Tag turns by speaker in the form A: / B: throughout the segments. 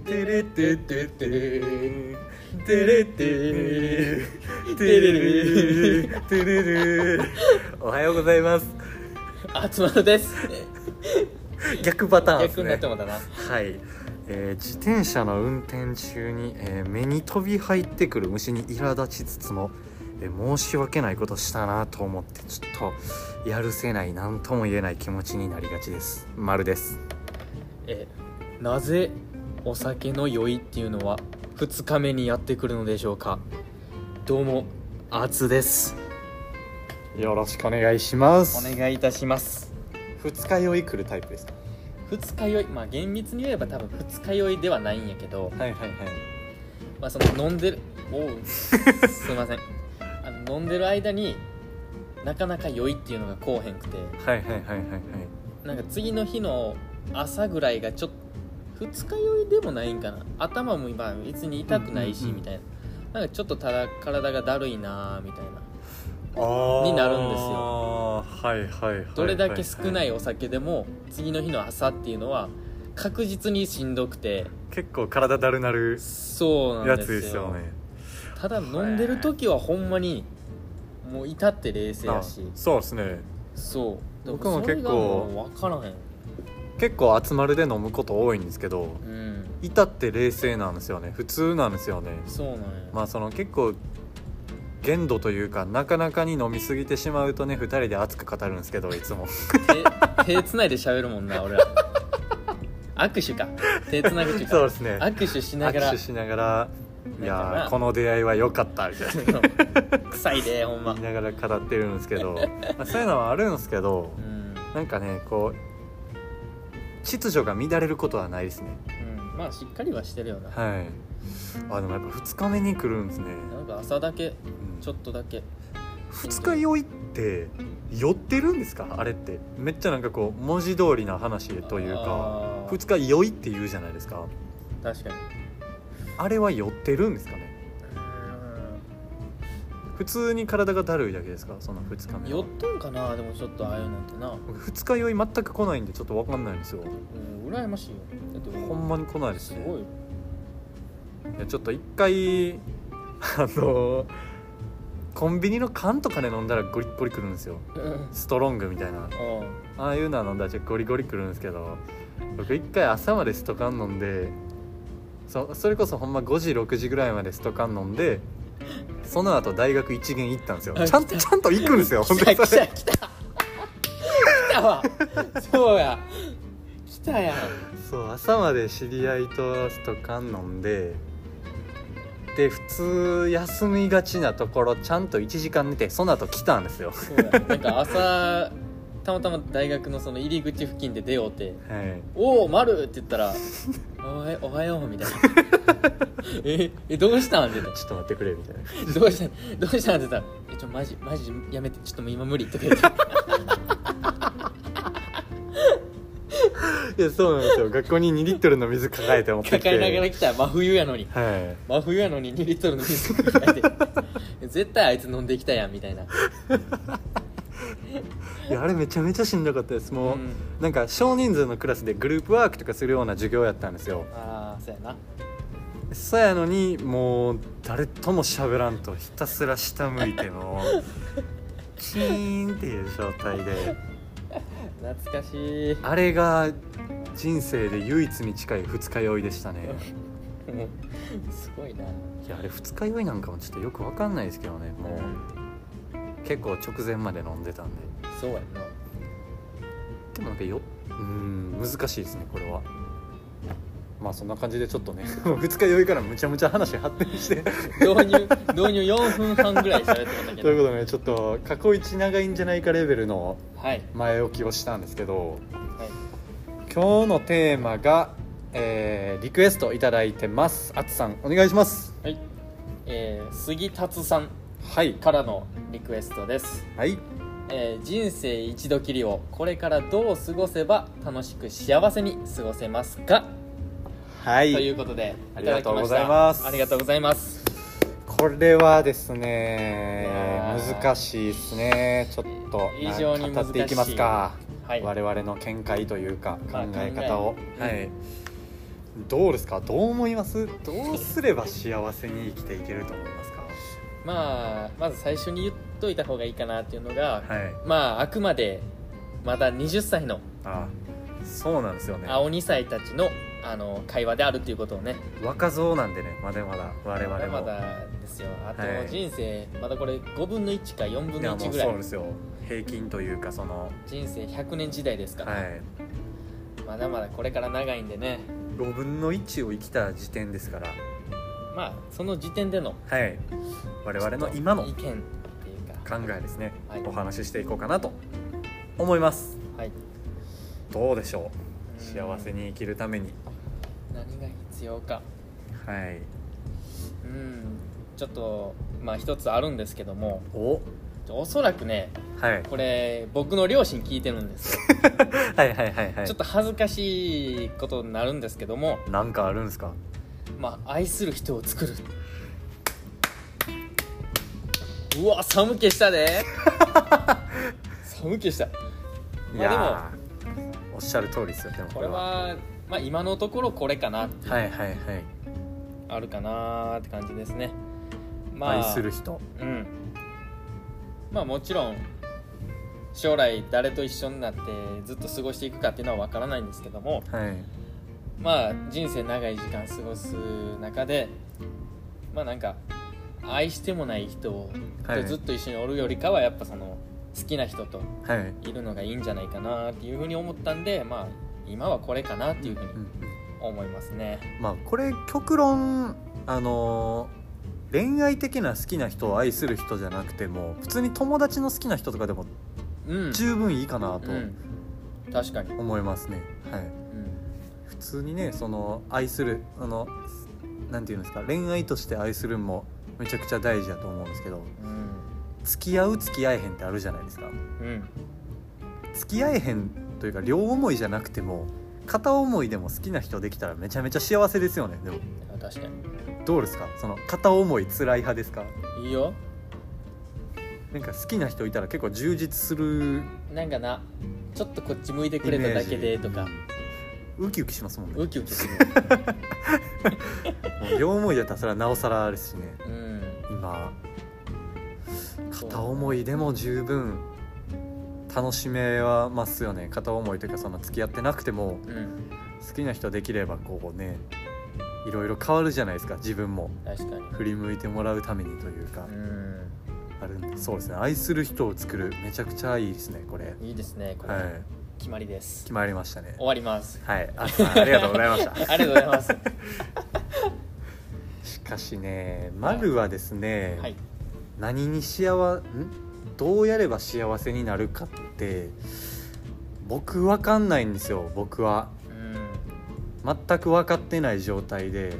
A: てててれてれててれれてれれおはようございます
B: あつまろです
A: 逆パターンです
B: 逆にな
A: ね
B: ってもだな
A: はい、えー自転車の運転中に、えー目に飛び入ってくる虫に苛立ちつつも、えー申し訳ないことしたなと思ってちょっとやるせない何とも言えない気持ちになりがちです丸です
B: えなぜお酒の酔いっていうのは2日目にやってくるのでしょうかどうもあつです
A: よろしくお願いします
B: お願いいたします
A: 二日酔い来るタイプですか
B: 二日酔いまあ厳密に言えば多分二日酔いではないんやけど、
A: はいはいはい
B: まあ、その飲んでるお うすいませんあの飲んでる間になかなか酔いっていうのがこうへんくて
A: はいはいはいはいはい
B: なんか次の日の朝ぐらいがちょっと二日酔いでもないんかな頭も今別に痛くない
A: うん
B: し
A: うんうん
B: みたいな、なんかちょっとただ体がだるいなーみたいな
A: あー
B: になるんですよ
A: はいはいはいはい
B: どれだけ少ないお酒でも次の日の朝っていうのは確実にしんどくて
A: 結構体だるなる
B: そうな
A: や
B: んで
A: つ
B: すよ
A: ですよね
B: ただ飲んでる時はほんまにもう至って冷静やし
A: あそうですね
B: そう
A: 僕も結構
B: 分からへん
A: 結構集まるで飲むこと多いんですけど
B: うん
A: 至って冷静なんですよね普通なんですよね
B: そうなんや、
A: まあその結構限度というかなかなかに飲みすぎてしまうとね2人で熱く語るんですけどいつ も
B: 手手つないで喋るもんな俺ら握手か手つなぐ手
A: そう
B: か
A: ですね
B: 握手しなが
A: 握
B: ら
A: 手しながら「い
B: なんか
A: や
B: な
A: ーこの出会いは良かった」みたいな
B: 臭いで ほんま
A: 言いながら語ってるんですけど、まあ、そういうのはあるんですけど
B: うん、うん、
A: なんかねこう秩序が乱れることはないですね
B: まあしっかりはしてるよな、
A: はいあでもやっぱ2日目に来るんですね、
B: なんか朝だけ
A: うん
B: ちょっとだけ
A: 二日酔いって酔ってるんですかあれってめっちゃなんかこう文字通りな話というか
B: あー
A: 二日酔いって言うじゃないですか
B: 確かに
A: あれは酔ってるんですかね普通に体がだるいだけですかその二日
B: うん
A: 目
B: 酔
A: は
B: っとんかなでもちょっとああいうのってな、う
A: 僕二日酔い全く来ないんでちょっと分かんないんですよ
B: ん、羨ましいよだって
A: ほんまに来ないです
B: す
A: ね
B: ごいよ
A: いやちょっと一回 あのコンビニの缶とかで飲んだらゴリッゴリくるんですよ
B: うん
A: ストロングみたいな
B: うん
A: ああいうのは飲んだらちょっとゴリゴリくるんですけど僕一回朝までストカン飲んでそそれこそほんま5時6時ぐらいまでストカン飲んでその後大学一限行ったんですよ
B: あ
A: ちゃんとちゃんと行くん ですよほん
B: 来
A: と
B: た
A: に
B: 来
A: それ
B: た来た来たわそうや来たやん
A: そう朝まで知り合いとストカン飲んでで普通休みがちなところちゃんと1時間寝てその後来たんですよ
B: そうやなんか朝たまたま大学のその入り口付近で出ようて
A: はい
B: 「おお丸!」って言ったら「おはようおはよう」みたいな「ええどうしたん?」って言っ
A: ちょっと待ってくれみたいな
B: た「どうしたんどうしたん?」って言ったら「えちょマジマジやめてちょっともう今無理」とか言って
A: いやそうなんですよ学校に2リットルの水抱えて持ってきて
B: 抱えながら来たら真冬やのに
A: はい
B: 真冬やのに2リットルの水抱えて絶対あいつ飲んできたやんみたいな、
A: いやあれめちゃめちゃしんどかったです
B: う
A: もう、
B: ん、
A: なんか少人数のクラスでグループワークとかするような授業やったんですよ
B: ああそうやな
A: そやのにもう誰とも喋らんとひたすら下向いても うチーンっていう状態で
B: 懐かしい
A: あれが人生で唯一に近い二日酔いでしたね
B: うんすごいな、
A: いやあれ二日酔いなんかもちょっとよくわかんないですけどねもう結構直前まで飲んでたんで
B: そうやな
A: でもなんかようーん難しいですねこれはまあそんな感じでちょっとね 二日酔いからむちゃむちゃ話発展 して
B: 導入導入4分半ぐらい喋ってました け
A: という
B: ど
A: ことでねちょっと過去一長いんじゃないかレベルの
B: はい
A: 前置きをしたんですけど
B: はい
A: 今日のテーマが、えーリクエストいただいてますあつさんお願いします
B: はい、えー、杉達さん
A: はい
B: からのリクエストです、
A: はい
B: えー人生一度きりをこれからどう過ごせば楽しく幸せに過ごせますか、
A: は
B: ということで
A: あ
B: い
A: りが
B: ただき
A: とう
B: ま
A: ご
B: し
A: ざい
B: た
A: ます
B: ありがとうございます
A: これはですね
B: いやー
A: 難しいですねちょっと
B: 非常に難し
A: 語
B: い
A: っていきますか
B: はい
A: 我々の見解というか考
B: まあ
A: え方を、
B: 考え
A: はいどうですかどう思いますどうすれば幸せに生きていけると思いますか
B: まあまず最初に言っといた方がいいかなっていうのが、
A: はい
B: まああくまでまだ20歳の
A: あそうなんですよね
B: 青2歳たちのあの会話であるっていうことをね
A: 若造なんでねまだまだ我々も
B: まだまだですよあと
A: はい
B: 人生、まだこれ5分の1か4分
A: いや
B: の
A: も
B: 1
A: う
B: ぐら
A: そう
B: い
A: ですよ平均というかその
B: 人生100年時代ですから、
A: はい
B: まだまだこれから長いんでね
A: 5分の1を生きた時点ですから
B: まあその時点での
A: はい我々の今の
B: 意見
A: 考
B: っていうか
A: えですね、
B: はい
A: お話ししていこうかなと思います
B: はい
A: どうでしょう幸せに生きるために
B: うん何が必要か
A: はい
B: うんちょっとまあ一つあるんですけども
A: お
B: おそらくね
A: はい
B: これ僕の両親聞いてるんですよ、
A: はいはいはいはい
B: ちょっと恥ずかしいことになるんですけども
A: なんかあるんですか
B: まあ愛する人を作るうわ寒気したで寒気した
A: い
B: まあでも
A: やーおっしゃる通りですよでも
B: これはまあ今のところこれかな
A: はいはいはい、
B: あるかなーって感じですねまあ
A: 愛する人
B: うんまあもちろん将来誰と一緒になってずっと過ごしていくかっていうのは分からないんですけども
A: はい
B: まあ人生長い時間過ごす中でまあなんか愛してもない人を
A: はい
B: ずっと一緒におるよりかはやっぱその好きな人と
A: はい、うん
B: いるのがいいんじゃないかなっていうふうに思ったんでまあ今はこれかなっていうふうに
A: うん、
B: 思いますね
A: まあこれ極論あのー恋愛的な好きな人を愛する人じゃなくても普通に友達の好きな人とかでも
B: うん、
A: 十分いいかなと
B: うん、確かに、うん、
A: 思いますね、はい普通にねその愛するあのなんていうんですか恋愛として愛するんもめちゃくちゃ大事だと思うんですけど
B: うん
A: 付き合う付き合えへんってあるじゃないですか
B: うん
A: 付き合えへんというか両思いじゃなくても片思いでも好きな人できたらめちゃめちゃ幸せですよねでも
B: 確か
A: どうですかその片思い辛い派ですか
B: にいいよ
A: なんか好きな人いたら結構充実する
B: なんかなちょっとこっち向いてくれただけでとか
A: ウキウキしますもんね
B: ウキウキする
A: もう両思いだったらそれはなおさらですしね
B: うん
A: 今片思いでも十分楽しめはますよね片思いというかその付き合ってなくても
B: うん
A: 好きな人できればこうねいろいろ変わるじゃないですか自分も
B: 確かに
A: 振り向いてもらうためにというか
B: うん
A: あるんでそうですね愛する人を作るめちゃくちゃいいですねこれ
B: いいですねこれ、
A: はい
B: 決まりです
A: 決まりましたね
B: 終わります
A: はいあさんありがとうございました
B: ありがとうございます
A: しかしね丸はですね、
B: はい
A: 何に幸せんどうやれば幸せになるかって僕分かんないんですよ僕は
B: うん
A: 全く分かってない状態で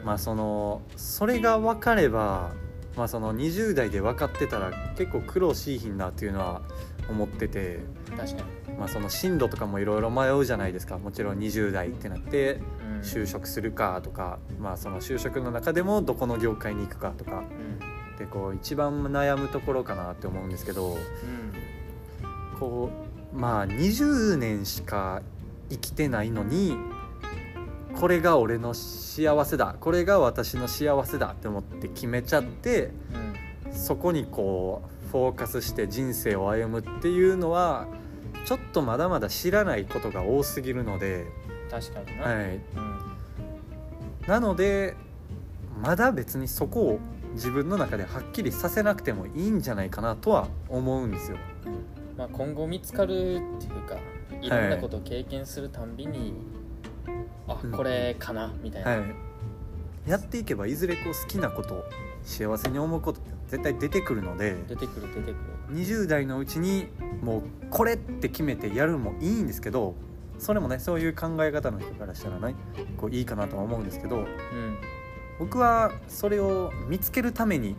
B: うん
A: まあそのそれが分かれば、まあ、その20代で分かってたら結構苦労しいひんなっていうのは思ってて、
B: 確かに、
A: まあ、その進路とかもいろいろ迷うじゃないですかもちろん20代ってなって
B: うん、
A: 就職するかとか、まあ、その就職の中でもどこの業界に行くかとか
B: うん
A: でこう一番悩むところかなって思うんですけどこうまあ20年しか生きてないのにこれが俺の幸せだこれが私の幸せだって思って決めちゃって
B: うんうん
A: そこにこうフォーカスして人生を歩むっていうのはちょっとまだまだ知らないことが多すぎるので、
B: 確かにな、
A: はい、
B: うん
A: なのでまだ別にそこを自分の中ではっきりさせなくてもいいんじゃないかなとは思うんですよ。
B: まあ、今後見つかるっていうかいろんなことを経験するたんびに、
A: うん
B: あこれかなみたいな、
A: はい、やっていけばいずれこう好きなこと幸せに思うことって絶対出てくるので
B: 出てくる出てくる
A: 20代のうちにもうこれって決めてやるのもいいんですけどそれもねそういう考え方の人からしたらねこういいかなとは思うんですけど
B: うん
A: 僕はそれを見つけるために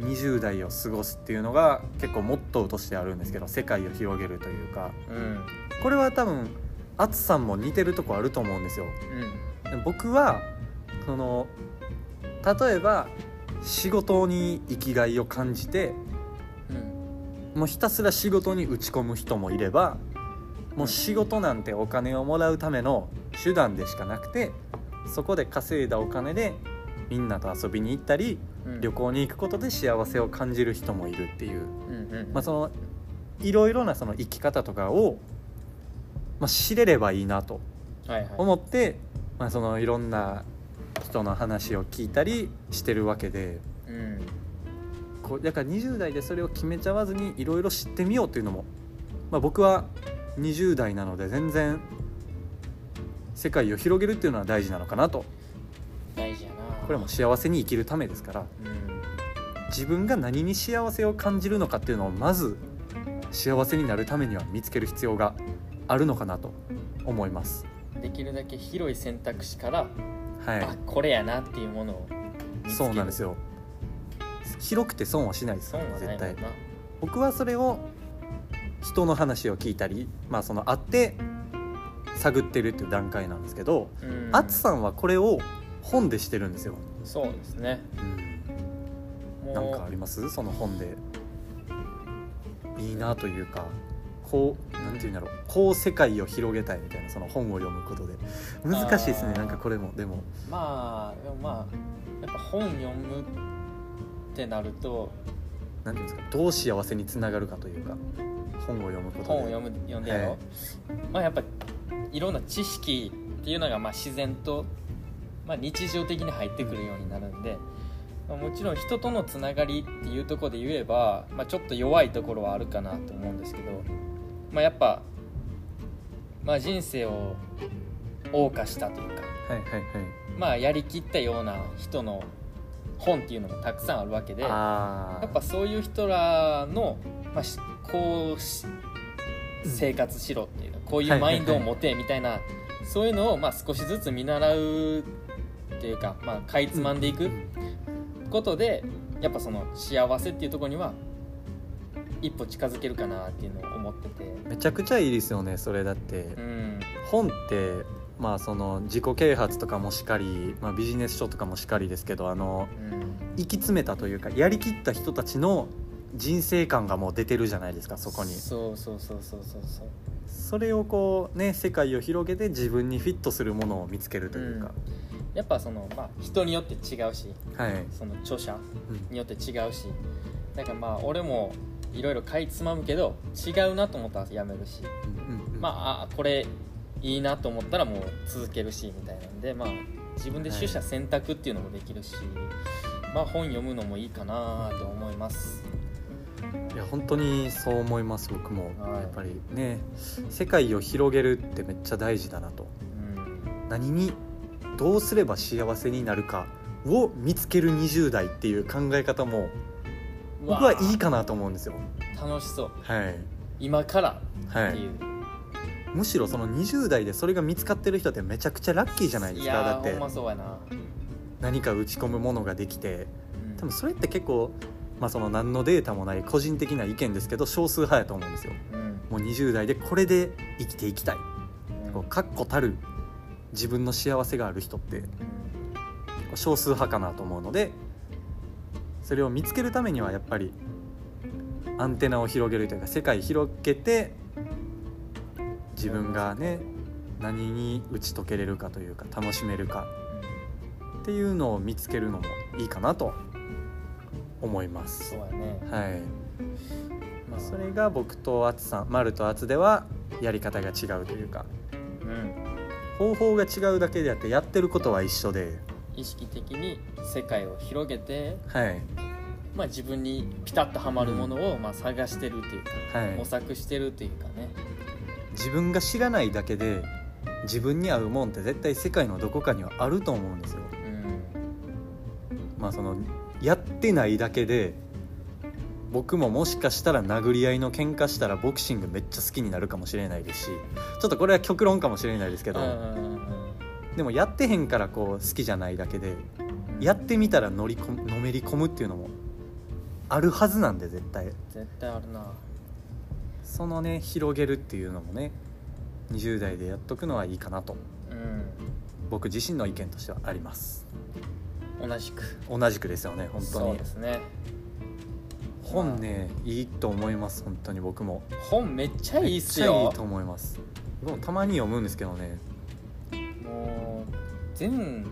A: 20代を過ごすっていうのが結構モットーとしてあるんですけど世界を広げるというか
B: うん
A: これは多分淳さんも似てるとこあると思うんですよ。
B: う
A: 僕はその例えば仕事に生きがいを感じて
B: んうん
A: もうひたすら仕事に打ち込む人もいればもう仕事なんてお金をもらうための手段でしかなくてそこで稼いだお金でみんなと遊びに行ったり
B: うん
A: 旅行に行くことで幸せを感じる人もいるっていう、
B: うんうん
A: まあ、そのいろいろなその生き方とかを、まあ、知れればいいなと
B: はいはい
A: 思って、まあ、そのいろんな人の話を聞いたりしてるわけで
B: うん
A: こうだから20代でそれを決めちゃわずにいろいろ知ってみようというのも、まあ、僕は20代なので全然世界を広げるっていうのは大事なのかなと
B: 大事やな
A: これはもう幸せに生きるためですから
B: うん
A: 自分が何に幸せを感じるのかっていうのをまず幸せになるためには見つける必要があるのかなと思います。
B: できるだけ広い選択肢から、
A: はい
B: あこれやなっていうものを見つけ
A: そうなんです
B: よ
A: よ広くて損はしないです
B: 損はない
A: 絶
B: も
A: 対
B: んな
A: 僕はそれを人の話を聞いたりまあその会って探ってるっていう段階なんですけど、
B: うん
A: アツさんはこれを本でしてるんですよ、
B: そうですねもう
A: なんかありますその本でいいなというかこうなんていうんだろうこう世界を広げたいみたいなその本を読むことで難しいですね
B: あー
A: なんかこれもでも
B: まあでもまあやっぱ本読むってなると
A: なんていうんですかどう幸せにつながるかというか本を読むことで
B: 本を読む読んでやろ、
A: はい
B: まあやっぱいろんな知識っていうのがまあ自然と、まあ、日常的に入ってくるようになるんで、まあ、もちろん人とのつながりっていうところで言えば、まあ、ちょっと弱いところはあるかなと思うんですけど、まあ、やっぱ、まあ、人生を謳歌したというか、
A: はいはいはい
B: まあ、やりきったような人の本っていうのもたくさんあるわけで。
A: あー
B: やっぱそういう人らの、まあ、しこうし生活しろっていうこうい
A: は
B: う
A: いは
B: マ
A: いはい
B: インドを持てみたいな、そういうのをまあ少しずつ見習うっていうか、まあ、かいつまんでいくことで、やっぱその幸せっていうところには一歩近づけるかなっていうのを思ってて、
A: めちゃくちゃいいですよねそれだって、
B: うん、
A: 本ってまあその自己啓発とかもしかり、まあ、ビジネス書とかもしかりですけどあの
B: うん、
A: 行き詰めたというかやりきった人たちの人生観がもう出てるじゃないですかそこに
B: そうそうそうそうそうそう
A: それをこうね世界を広げて自分にフィットするものを見つけるというか、
B: やっぱその、まあ、人によって違うし
A: はい、
B: その著者
A: うん
B: によって違うしだからまあ俺もいろいろ買いつまむけど違うなと思ったらやめるし
A: うんうん
B: まああこれいいなと思ったらもう続けるしみたいなんでまあ自分で取捨選択っていうのもできるし、まあ本読むのもいいかなと思います
A: いや本当にそう思います僕も、
B: はい
A: やっぱりね世界を広げるってめっちゃ大事だなと
B: うん
A: 何にどうすれば幸せになるかを見つける20代っていう考え方も僕はいいかなと思うんですよ
B: うわ楽しそう
A: はい、
B: 今から
A: は
B: ってい
A: い、
B: う、
A: むしろその20代でそれが見つかってる人ってめちゃくちゃラッキーじゃないですか
B: やー
A: だっ
B: ほ
A: て
B: んまそうやな、
A: 何か打ち込むものができて
B: うん
A: 多分それって結構まあその何のデータもない個人的な意見ですけど少数派やと思うんですよ
B: うん
A: もう20代でこれで生きていきたい
B: うん
A: こう確固たる自分の幸せがある人って
B: うん
A: 少数派かなと思うのでそれを見つけるためにはやっぱりアンテナを広げるというか世界広げて自分がね何に打ち解けれるかというか楽しめるかっていうのを見つけるのもいいかなと思いま
B: そ
A: す。
B: うやね、
A: はい、
B: まあ、
A: それが僕とアツさん丸とアツではやり方が違うというか
B: うん
A: 方法が違うだけであってやってることは一緒で、
B: 意識的に世界を広げて
A: はい
B: まあ、自分にピタッとはまるものをまあ探してるというか、
A: はい、
B: 模索してるというかね
A: 自分が知らないだけで自分に合うもんって絶対世界のどこかにはあると思うんですよ。
B: うん
A: まあそのやってないだけで僕ももしかしたら殴り合いの喧嘩したらボクシングめっちゃ好きになるかもしれないですしちょっとこれは極論かもしれないですけ
B: う
A: ど、
B: んうん
A: でもやってへんからこう好きじゃないだけで
B: うん
A: やってみたら乗りこむのめり込むっていうのもあるはずなんで絶対
B: 絶対あるな
A: そのね広げるっていうのもね20代でやっとくのはいいかなと
B: うん
A: 僕自身の意見としてはあります
B: 同じく
A: 同じくですよね本当
B: そう
A: に
B: ですね
A: 本ねいいと思います本当に僕も
B: 本めっちゃいいっす
A: めっちゃい
B: よ
A: いと思います僕もたまに読むんですけどね
B: もう全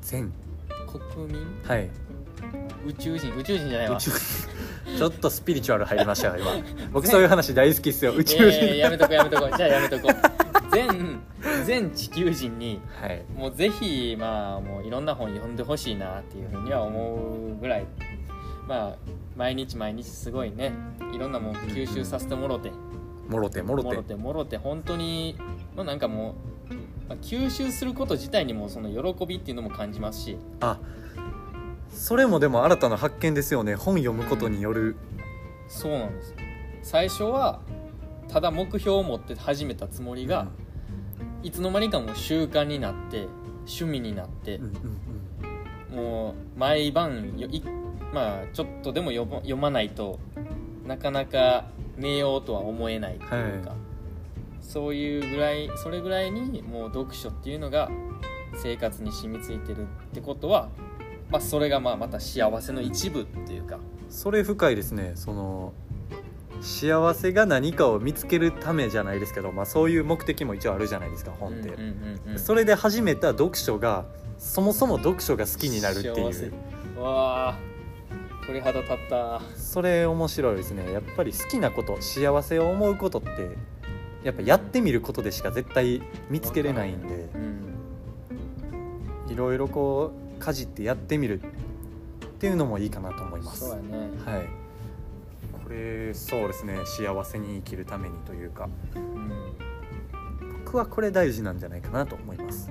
A: 全
B: 国民
A: はい
B: 宇宙人宇宙人じゃないわ
A: 宇宙 ちょっとスピリチュアル入りましたよ今僕そういう話大好きっすよ宇宙
B: いやいやい
A: 人
B: ややめとこうやめとこうじゃあやめとこう全全地球人に
A: はい
B: もうぜひまあもういろんな本読んでほしいなっていうふうには思うぐらいまあ毎日毎日すごいねいろんなもん吸収させてもろて、
A: もろてもろ
B: もろ
A: て
B: てもろて本当にまあなんかもう、まあ吸収すること自体にもその喜びっていうのも感じますし
A: あそれもでも新たな発見ですよね本読むことによる、
B: そうなんです最初はただ目標を持って始めたつもりが、いつの間にかもう習慣になって趣味になって
A: うん、うんうん
B: もう毎晩よいまあちょっとでも読ま読まないとなかなか寝ようとは思えないというか、
A: は
B: そういうぐらいそれぐらいにもう読書っていうのが生活に染みついてるってことは、まあ、それがまあまた幸せの一部っていうか
A: それ深いですねその幸せが何かを見つけるためじゃないですけど、まあ、そういう目的も一応あるじゃないですか本って、
B: うんうんうんうん
A: それで始めた読書がそもそも読書が好きになるってい
B: 幸
A: う
B: せわあ鳥肌立った
A: それ面白いですねやっぱり好きなこと幸せを思うことってやっぱやってみることでしか絶対見つけれないんで
B: うん
A: いろいろこうかじってやってみるっていうのもいいかなと思います
B: そうやね
A: はいこれそうですね幸せに生きるためにというか
B: うん
A: 僕はこれ大事なんじゃないかなと思います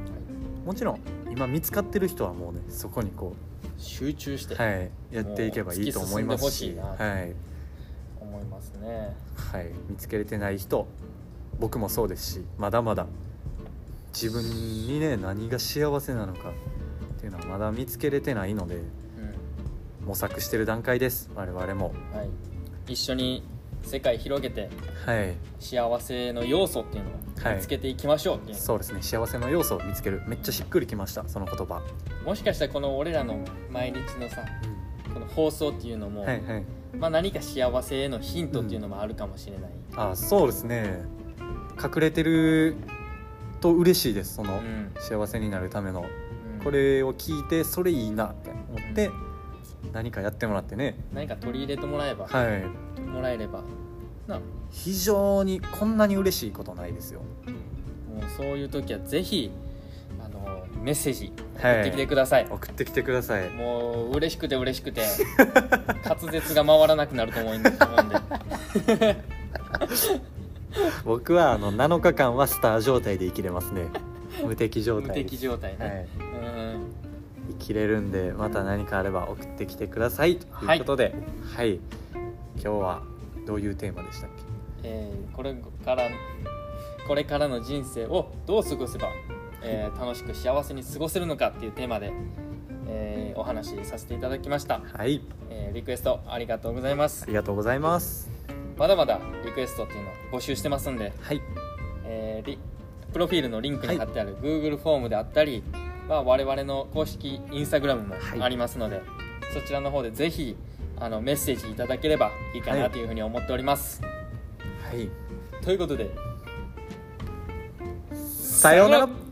A: もちろん今見つかってる人はもうねそこにこ
B: 集中して
A: う、はい、やっていけばいいと思いますし
B: もう突き進んでほしいな
A: はい
B: 思いますね、
A: はい、見つけれてない人僕もそうですしまだまだ自分にね何が幸せなのかっていうのはまだ見つけれてないので模索してる段階です我々も
B: うんはい、一緒に世界広げて
A: はい
B: 幸せの要素っていうのを見つけていきましょうっていう、
A: そうですね幸せの要素を見つけるめっちゃしっくりきましたその言葉、
B: もしかしたらこの俺らの毎日のさこの放送っていうのも、
A: はいはい
B: まあ、何か幸せへのヒントっていうのもあるかもしれない、
A: あそうですね隠れてると嬉しいですその、
B: うん
A: 幸せになるための
B: うん
A: これを聞いてそれいいなって思って何かやってもらってね
B: 何か取り入れてもらえば、
A: はい
B: もらえればなも
A: 非常にこんなに嬉しいことないですよ
B: うそういう時はぜひあのメッセージ
A: はい
B: 送ってきてください、
A: 送ってきてください
B: もう嬉しくて嬉しくて 滑舌が回らなくなると 思うんで
A: 僕はあの7日間はスター状態で生きれます ね無敵状
B: 無
A: 態
B: 敵
A: です
B: 状態ね、
A: はい、
B: うん
A: 生きれるんでまた何かあれば送ってきてくださいということではい、今日はどういうテーマでしたっ
B: えーこれからこれからの人生をどう過ごせば、えー楽しく幸せに過ごせるのかっていうテーマで、えーお話しさせていただきました、
A: けはい
B: えーリクエストありがとうございま
A: あ
B: す
A: りがとうございます
B: まだまだリクエストっていうのを募集してますんで、
A: はい
B: えーリプロフィールのリンクに貼ってある Google フォームであったり、まあ、我々の公式インスタグラムも
A: はい
B: ありますので、そちらの方でぜひあのメッセージいただければいいか
A: は
B: ないというふうに思っております、
A: はい
B: ということで
A: さようなら